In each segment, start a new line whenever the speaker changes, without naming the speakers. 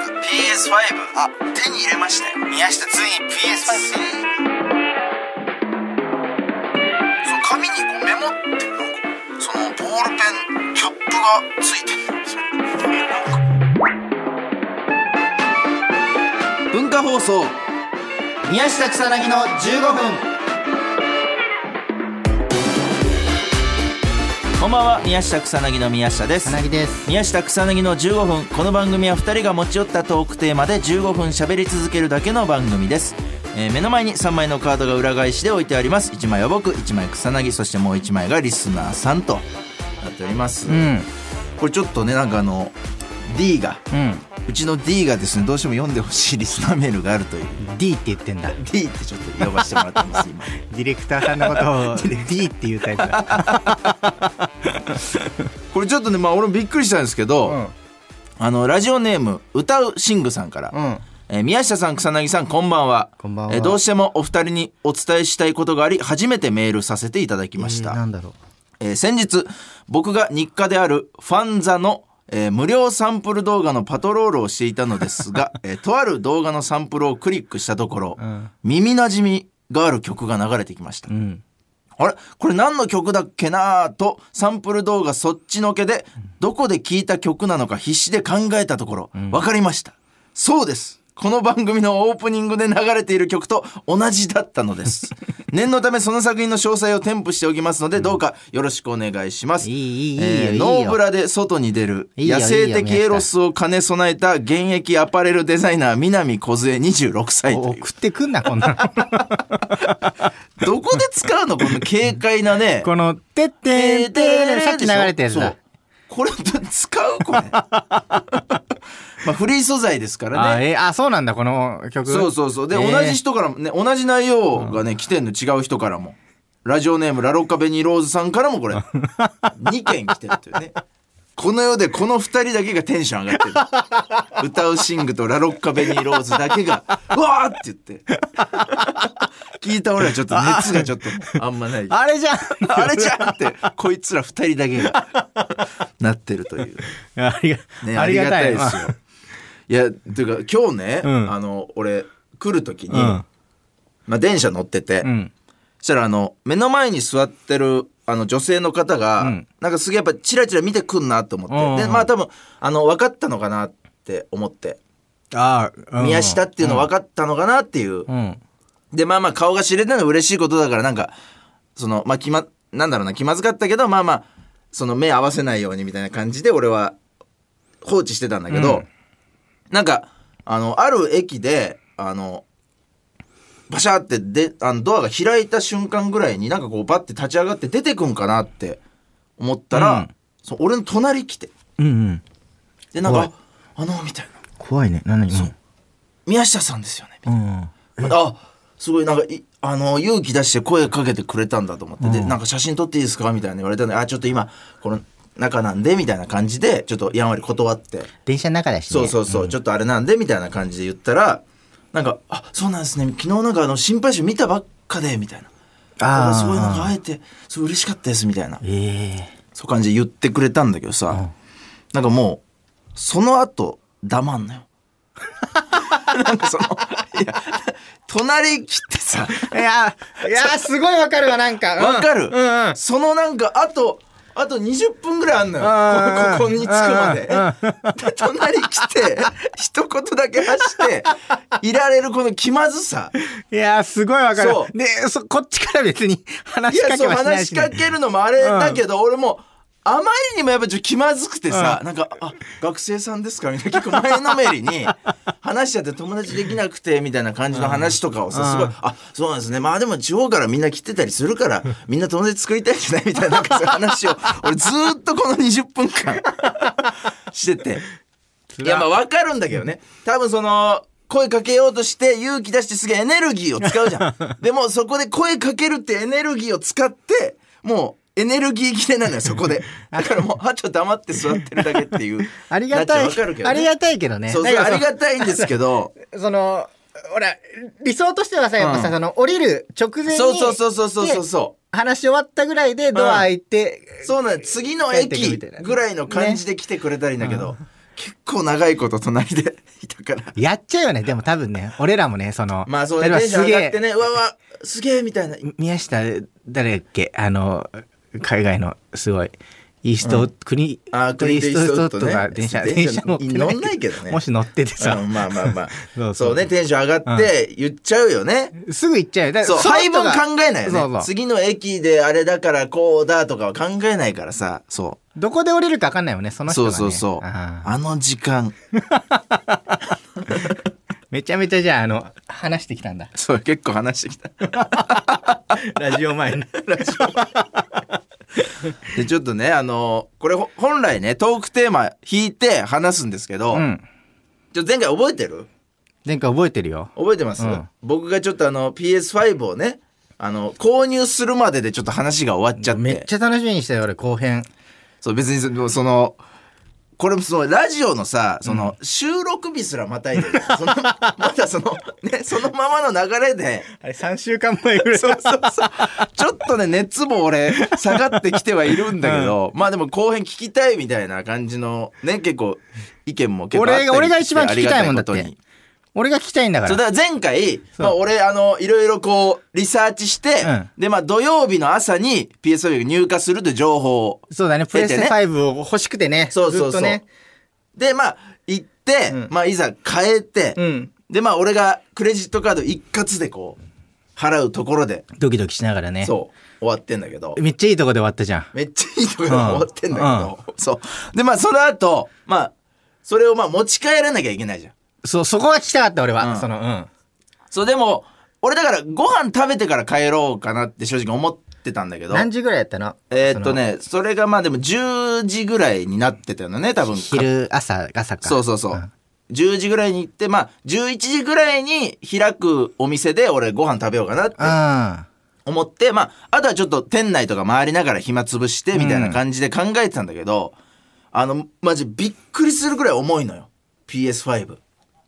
PS5 あ手に入れましたよ宮下ついに PS5 手にその紙にこうメモってなんかそのボールペンキャップがついてるんですよなんか
文化放送宮下草薙の15分
こんばんは宮下草薙の宮下です
草薙です
宮下草薙の15分この番組は2人が持ち寄ったトークテーマで15分喋り続けるだけの番組です、えー目の前に3枚のカードが裏返しで置いてあります1枚は僕1枚草薙そしてもう1枚がリスナーさんとなっております、
うん
これちょっとねなんかあの D が
う
うちの D がですねどうしても読んでほしいリスナーメールがあるというん
D って言ってんだ
D ってちょっと呼ばせてもらってます 今
ディレクターさんのこと を D っていうタイプだ、
これちょっとねまあ俺もびっくりしたんですけど、
うん
あのラジオネーム歌うシングさんから、
うん、
えー宮下さん草薙さんこんばんは
こんばんは
えーどうしてもお二人にお伝えしたいことがあり初めてメールさせていただきました、
えーなんだろう
えー先日僕が日課であるファンザの、えー無料サンプル動画のパトロールをしていたのです が、えーとある動画のサンプルをクリックしたところ、
ん
耳なじみがある曲が流れてきました、
ん
あれこれ何の曲だっけなぁとサンプル動画そっちのけでどこで聴いた曲なのか必死で考えたところ、分かりましたそうですこの番組のオープニングで流れている曲と同じだったのです 念のためその作品の詳細を添付しておきますのでどうかよろしくお願いします
いいいいいいよ
えー
いいよ
ノーブラで外に出る
いいよ
野生的エロスを兼ね備えた現役アパレルデザイナー南梢26歳
お
という
送ってくんなこんなの
どこで使うのこの軽快な ね
この「てってんてん」さっき流れたやつ
そ
だ
うこれ使うこ れまあフリー素材ですから
あ
ね
えーあそうなんだこの曲
そうそうそうで、
えー
同じ人からもね同じ内容がね来てんの違う人からもラジオネームラロッカベニーローズさんからもこれ2件来てるというねこの世でこの2人だけがテンション上がってる歌うシングとラロッカベニーローズだけが 「うわ!」って言って聞いた俺はちょっと熱がちょっとあんまない
あれじゃ ん
あれじゃんって、こいつら二人だけがなってるという。
ありが
ね、
あ
あ
り
り
が
が
た
た
い
いですよ。いや、というか今日ね、
うん
あの、俺来る時に、
うん
まあ電車乗ってて、
まあうん
そしたらあの、目の前に座ってる、あの女性の方が、
うん
なんかすげえやっぱチラチラ見てくんなと思って、
うんうん
でまあ多分あの分かったのかなって思って、
あーうん
宮下っていうの分かったのかなっていう
うん
でまあまあ顔が知れたのは嬉しいことだからなんかそのまあ気まなんだろうな気まずかったけどまあまあその目合わせないようにみたいな感じで俺は放置してたんだけど、
うん
なんかあのある駅であのバシャーってであのドアが開いた瞬間ぐらいになんかこうバッて立ち上がって出てくんかなって思ったら、
うん
そう俺の隣来て
うんうん
でなん
おい
か「あの」みたいな
怖いね何
そう「宮下さんですよね」
うん
あすごいなんかいあの勇気出して声かけてくれたんだと思って、で
うん
なんか写真撮っていいですかみたいな言われたんであちょっと今この中なんでみたいな感じでちょっとやんわり断って
電車の中だしね
そうそうそう、ちょっとあれなんでみたいな感じで言ったらなんか「あそうなんですね昨日なんかあの心配性見たばっかで」みたいな「
あー
あすごいなんか会えてすごい嬉しかったです」みたいな
ええ
そういう感じで言ってくれたんだけどさ、なんかもうその後黙んなよ なんかそのいや隣来てさ
いやいやすごいわかるわなんか
わかる、
うんうん
そのなんかあとあと20分ぐらいあんの
うんうん
よここに着くまでで隣来て一言だけ発していられるこの気まずさ
いやすごいわかる
そう
でそこっちから別に話
い
しか
や
け
そう
はしない
話
し
し
ね
かけるのもあれだけど、俺もあまりにもやっぱちょっと気まずくてさ、なんか「あ学生さんですか?」みたいな 結構前のめりに話しちゃって友達できなくてみたいな感じの話とかをさ、
うん
すごい
うん
「あそうなんですねまあでも地方からみんな来てたりするからみんな友達作りたいですね」みたいななんかそういう話を俺ずーっとこの20分間してて。
つ
い
ら
やまあわかるんだけどね多分その声かけようとして勇気出してすげえエネルギーを使うじ ゃんでもそこで声かけるってエネルギーを使ってもうエネルギー切れなのよそ こでだからもうあと黙って座ってるだけっていう
ありがたい
なっちゃうわかるけど、ね、
ありがたいけどね
そうそ
だ
う
か
あ
らその
りがたいんですけど
そのほら理想としてはさやっぱさ、
うん
その降りる直前に
そうそうそうそうそうそう
う
そ
話し終わったぐらいでドア開いて、
うそうなの次の駅ぐらいの感じで来てくれたらいいんだけど、結構長いこと隣でいたから
やっちゃうよね。でも多分ね、俺らもね、その、
まあそう
例
ね
えば
テンション
す
上
げ
がって
え、
ねうわうわすげえみたいな
宮下、誰だっけ、あの、海外のすごい、イースト、国、
あークリントイーストウッドね
クリントイーストウッドが電車、
電
電
車
車乗ってない
乗んないけどね
もし乗っててさ、
うんまあまあまあ
そうそう
そうねテンション上がって言っちゃうよね、
すぐ行っちゃうよ。だ
そう
その
配
人
分
が
考えないよね
そうそう
次の駅であれだからこうだとかは考えないからさそ
どこで降りるか分かんないよね、そうの人
そ
が、
う
ね。
そうそう
あー
あの時 間。
めちゃめちゃじゃあ、あの、話してきたんだ
そう結構話してきた
ラジオ前に。
でちょっとねあのこれほ本来ねトークテーマ引いて話すんですけど、
うん。
ちょ前回覚えてる
前回覚えてるよ。
覚えてます、
うん
僕がちょっとあの PS5 をねあの購入するまででちょっと話が終わっちゃって
めっちゃ楽しみにしたよ、俺、後編。
そう別にそのそのこれもそのラジオのさその収録日すらまたいでる、その まだそのねそのままの流れで
あれ、3週間前ぐらい。
そうそうそうちょっとね熱も俺下がってきてはいるんだけど、まあでも後編聞きたいみたいな感じのね結構意見も結構あったりして
俺が俺が一番聞きたいもんだって
ありがたいことに
俺が聞きたいんだか
そう
ら。
だから前回、
そう
まあ、俺あのいろいろこうリサーチして、
うん
でまあ土曜日の朝に PS5 が入荷するという情報を
そうだね、プレステ5を欲しくてね。
そうそう
ず
そ
っ
う、
とね。
でまあ行って、
うん
まあいざ変えて、
うん。
でまあ俺がクレジットカード一括でこう払うところで
ドキドキしながらね。
そう終わってんだけど
めっちゃいいとこで終わったじゃん。
めっちゃいいところで終わってんだけど、そうでまあその後まあそれをまあ持ち帰らなきゃいけないじゃん
そう、そこが来たかった、俺は。
うん
その、うん。
そうでも俺だからご飯食べてから帰ろうかなって正直思ってたんだけど
何時ぐらいやったの
えーっと。ねそれがまあでも10時ぐらいになってたよね多
その
分
昼、朝、朝か。
そうそうそう、
ん
10時ぐらいに行ってまあ11時ぐらいに開くお店で俺ご飯食べようかなって
あ
思ってまああとはちょっと店内とか回りながら暇つぶしてみたいな感じで考えてたんだけど、あのマジびっくりするぐらい重いのよ PS5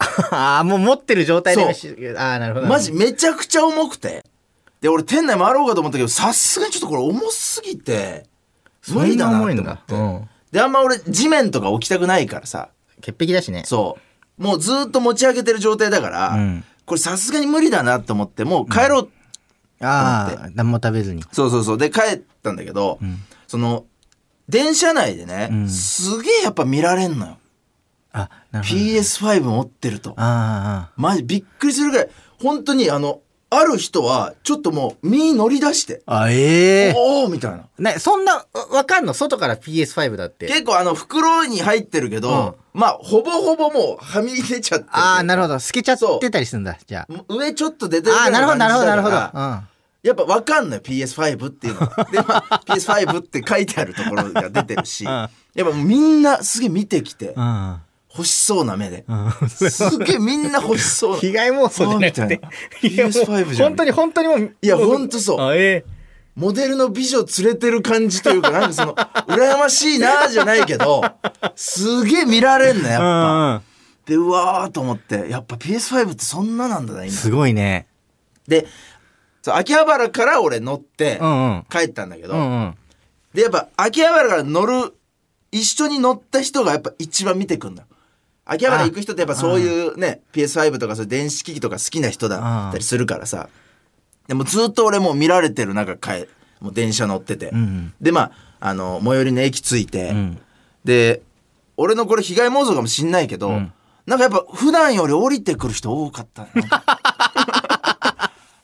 あー、もう持ってる状態
そう
でし。ああ、なるほど。
マジめちゃくちゃ重くてで俺店内回ろうかと思ったけどさすがにちょっとこれ重すぎて無理だなって
そん
思っ
な重
て、
いんだうん
であんま俺地面とか置きたくないからさ
潔癖だしね。
そうもうずーっと持ち上げてる状態だから、
うん
これさすがに無理だなと思ってもう帰ろう、
あ
思
あ、何も食べずに。
そうそうそうで帰ったんだけど、その電車内でね、
うん
すげえやっぱ見られんのよ、
あ、なるほど。
PS5 持ってると
あ
マジびっくりするぐらい本当にあのある人はちょっともう身乗り出して
あ、ああ。あ、ええ
おおみたいな
ね、そんな、わわかんの外から PS5 だって。
結構あの袋に入ってるけど、まあほぼほぼもうはみ出ちゃってて
ああ、なるほど。透けちゃってたりするんだ、じゃあ。
上ちょっと出てる
ああー、
ぐら
ないる
の感じ
ほど、な
だか
るほど、
ら
なるほど。うん。
やっぱわかんのよ PS5 っていうの は。で、まあ、PS5 って書いてあるところが出てるし、
うん
やっぱもうみんなすげえ見てきて、
うん。
欲しそうな目で。
うん
すげえみんな欲しそう な。
被害妄想じゃなくて
あ。み
い
たい
や
な
もう
PS5 じゃん
本当に本当にもう。
いやほんとそう
あえ
モデルの美女連れてる感じというか、なんかその、羨ましいなーじゃないけど、すげえ見られんのやっ
え
ぱ。
うん
で、うわーと思って、やっぱ PS5 ってそんななんだな、今。
すごいね。
で、そう秋葉原から俺乗って
うんうん。
帰ったんだけど、
うんうん。
でやっぱ秋葉原から乗る一緒に乗った人がやっぱ一番見てくんだよ秋葉原行く人ってやっぱそういうね PS5 とかそういう電子機器とか好きな人だったりするからさでもずっと俺もう見られてる中帰もう電車乗ってて、
ん
でまああの最寄りの駅着いて、
ん
で俺のこれ被害妄想かもしんないけど、
ん
なんかやっぱ普段より降りてくる人多か ったなんか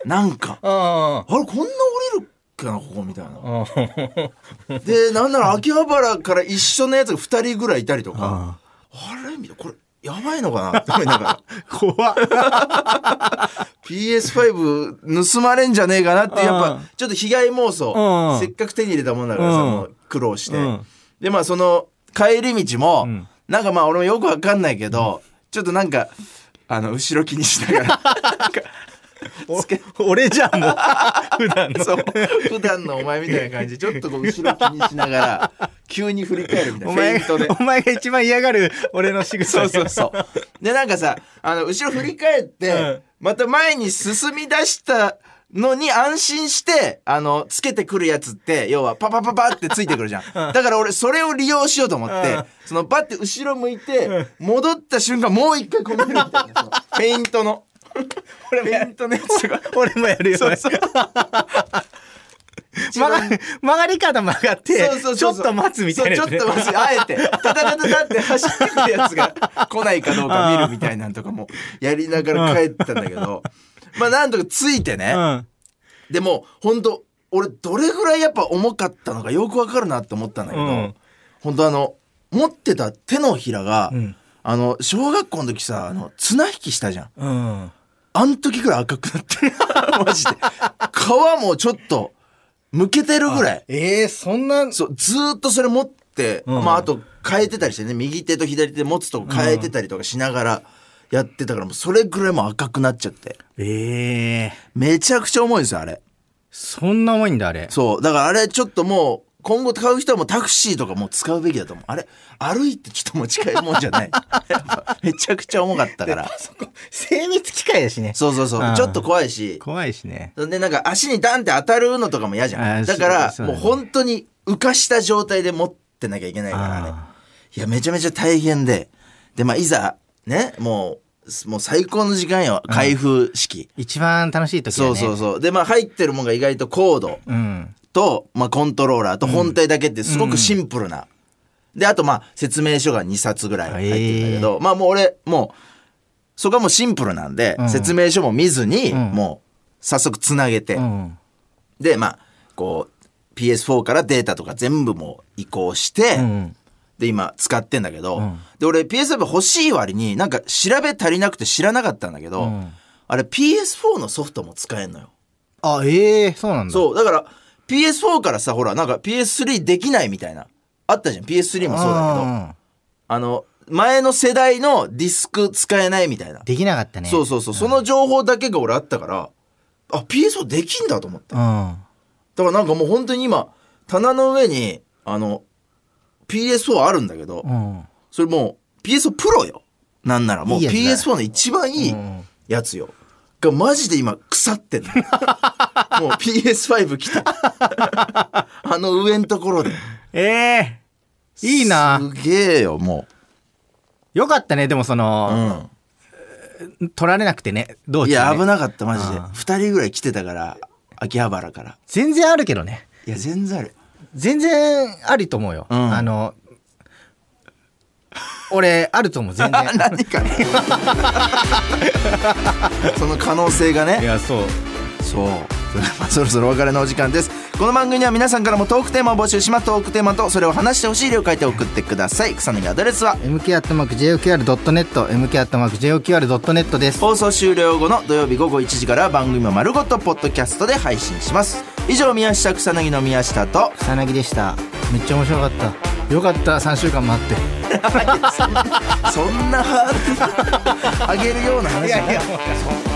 なんか
あ
あれこんな降りるっけなここみたいな
あ。
でなんなら秋葉原から一緒のやつが2人ぐらいいたりとかあれみたいなこれやばいのかなって思いながら
怖っ。
PS5 盗まれんじゃねえかなってやっ
う
ぱ
ん
ちょっと被害妄想
うん
せっかく手に入れたもんだからさ
うん
もう苦労して
うん
でまあその帰り道も
ん
なんかまあ俺もよくわかんないけどちょっとなんかあの後ろ気にしながら
お 俺じゃん、も う。普段 の。
そう普段のお前みたいな感じでちょっとこう後ろ気にしながら急に振り返るみたい
お
なフェ
前
イントで
が、お前が一番嫌がる俺の仕
そう
草
そうそう。で、なんかさ、あの、後ろ振り返って、
うん
また前に進み出したのに安心して、あの、つけてくるやつって、要はパパパパってついてくるじゃん。だから俺、それを利用しようと思って、そのバッて後ろ向いて、戻った瞬間、もう一回こねるみたいな。そのフェイント の。フェイントのやつと か。
俺もやるよ、ね、
そうそう。
曲が曲がり方曲がって
そうそう
ち
そ
ょ
う
っ
そう
と待つみたいな、
そうちょっと待つあえてタタタタタって走ってくるやつが来ないかどうか見るみたいなんとかもやりながら帰ったんだけどまあなんとかついてね、
うん
でも本当俺どれぐらいやっぱ重かったのかよくわかるなって思ったんだけど、
うん
本当あの持ってた手のひらが、
うん
あの小学校の時さあの綱引きしたじゃん
うん
あん時くらい赤くなってる マジで皮もちょっとむけてるぐらい
えー、そんな
そう、ずーっとそれ持って、
うん
まあ、あと変えてたりしてね、右手と左手持つとこ変えてたりとかしながらやってたから、もうそれぐらいもう赤くなっちゃって。
ええー、
めちゃくちゃ重いんですよ、あれ。
そんな重いんだあれ
そう。だからあれちょっともう、今後買う人はもうタクシーとかもう使うべきだと思う。あれ、歩いてちょっと持ち帰るもんじゃない。 やっぱめちゃくちゃ重かったから。
そこ精密機械だしね
そうそうそうう。
ん
ちょっと怖いし。
怖いしね
で、なんか足にダンって当たるのとかも嫌じゃ
あー
ん。だから、
そうそう
も
だ
う
ね
本当に浮かした状態で持ってなきゃいけないからね。
あ
いや、めちゃめちゃ大変で。で、まあ、いざ、ね、もうす、もう最高の時間よ。開封式。
ー一番楽しい時だ
そ
ね
うそうそう。で、まあ、入ってるもんが意外とコード
うん
と、まあ、コントローラーと本体だけってすごくシンプルな。で、あと、まあ、説明書が2冊ぐらい入ってるんだけど、まあ、もう俺、もう、そこはもうシンプルなんで、
うん
説明書も見ずに、
ん
もう、早速つなげて、
うん
で、まあ、こう、PS4 からデータとか全部もう移行して、
うん
で今使ってんだけど、
ん
で俺 PS5 欲しい割になんか調べ足りなくて知らなかったんだけど、
うん
あれ PS4 のソフトも使えんのよ、
あええー、そうなんだ
そうだから PS4 からさほらなんか PS3 できないみたいなあったじゃん PS3 もそうだけどあ
ん
の前の世代のディスク使えないみたいな、
できなかったね
そうそうそう、その情報だけが俺あったからあ PS4 できんだと思って
うんあ
だからなんかもう本当に今棚の上にあの PS4 あるんだけど、
うん
それもう PS4 プロよ。なんならもう
いいやつだ
PS4 の一番いいやつよ。がマジで今腐ってん の。もう PS5 来た。あの上のところで。
ええー、いいな
すげえよ、も。
よかったねでもそう
う
の、
ん。
取られなくてねどう
いや、危なかった、マジで
う。ん
二人ぐらい来てたから、秋葉原から。
全然あるけどね
いや、全然ある。
全然ありと思うよ、
うん
あの俺あると思う全然
何か ね。その可能性がね。
やそう
そう。 それではそろそろお別れのお時間です。この番組には皆さんからもトークテーマを募集します。トークテーマとそれを話してほしい理を書いて送ってください。草薙アドレスは
mk.jqr.net mk.jqr.net です
放送終了後の土曜日午後1時からは番組も丸ごとポッドキャストで配信します。以上、宮下草薙の宮下と、
草薙でしためっちゃ面白かったよかった3週間待って
そんなハードル上げるような話じゃない。
もう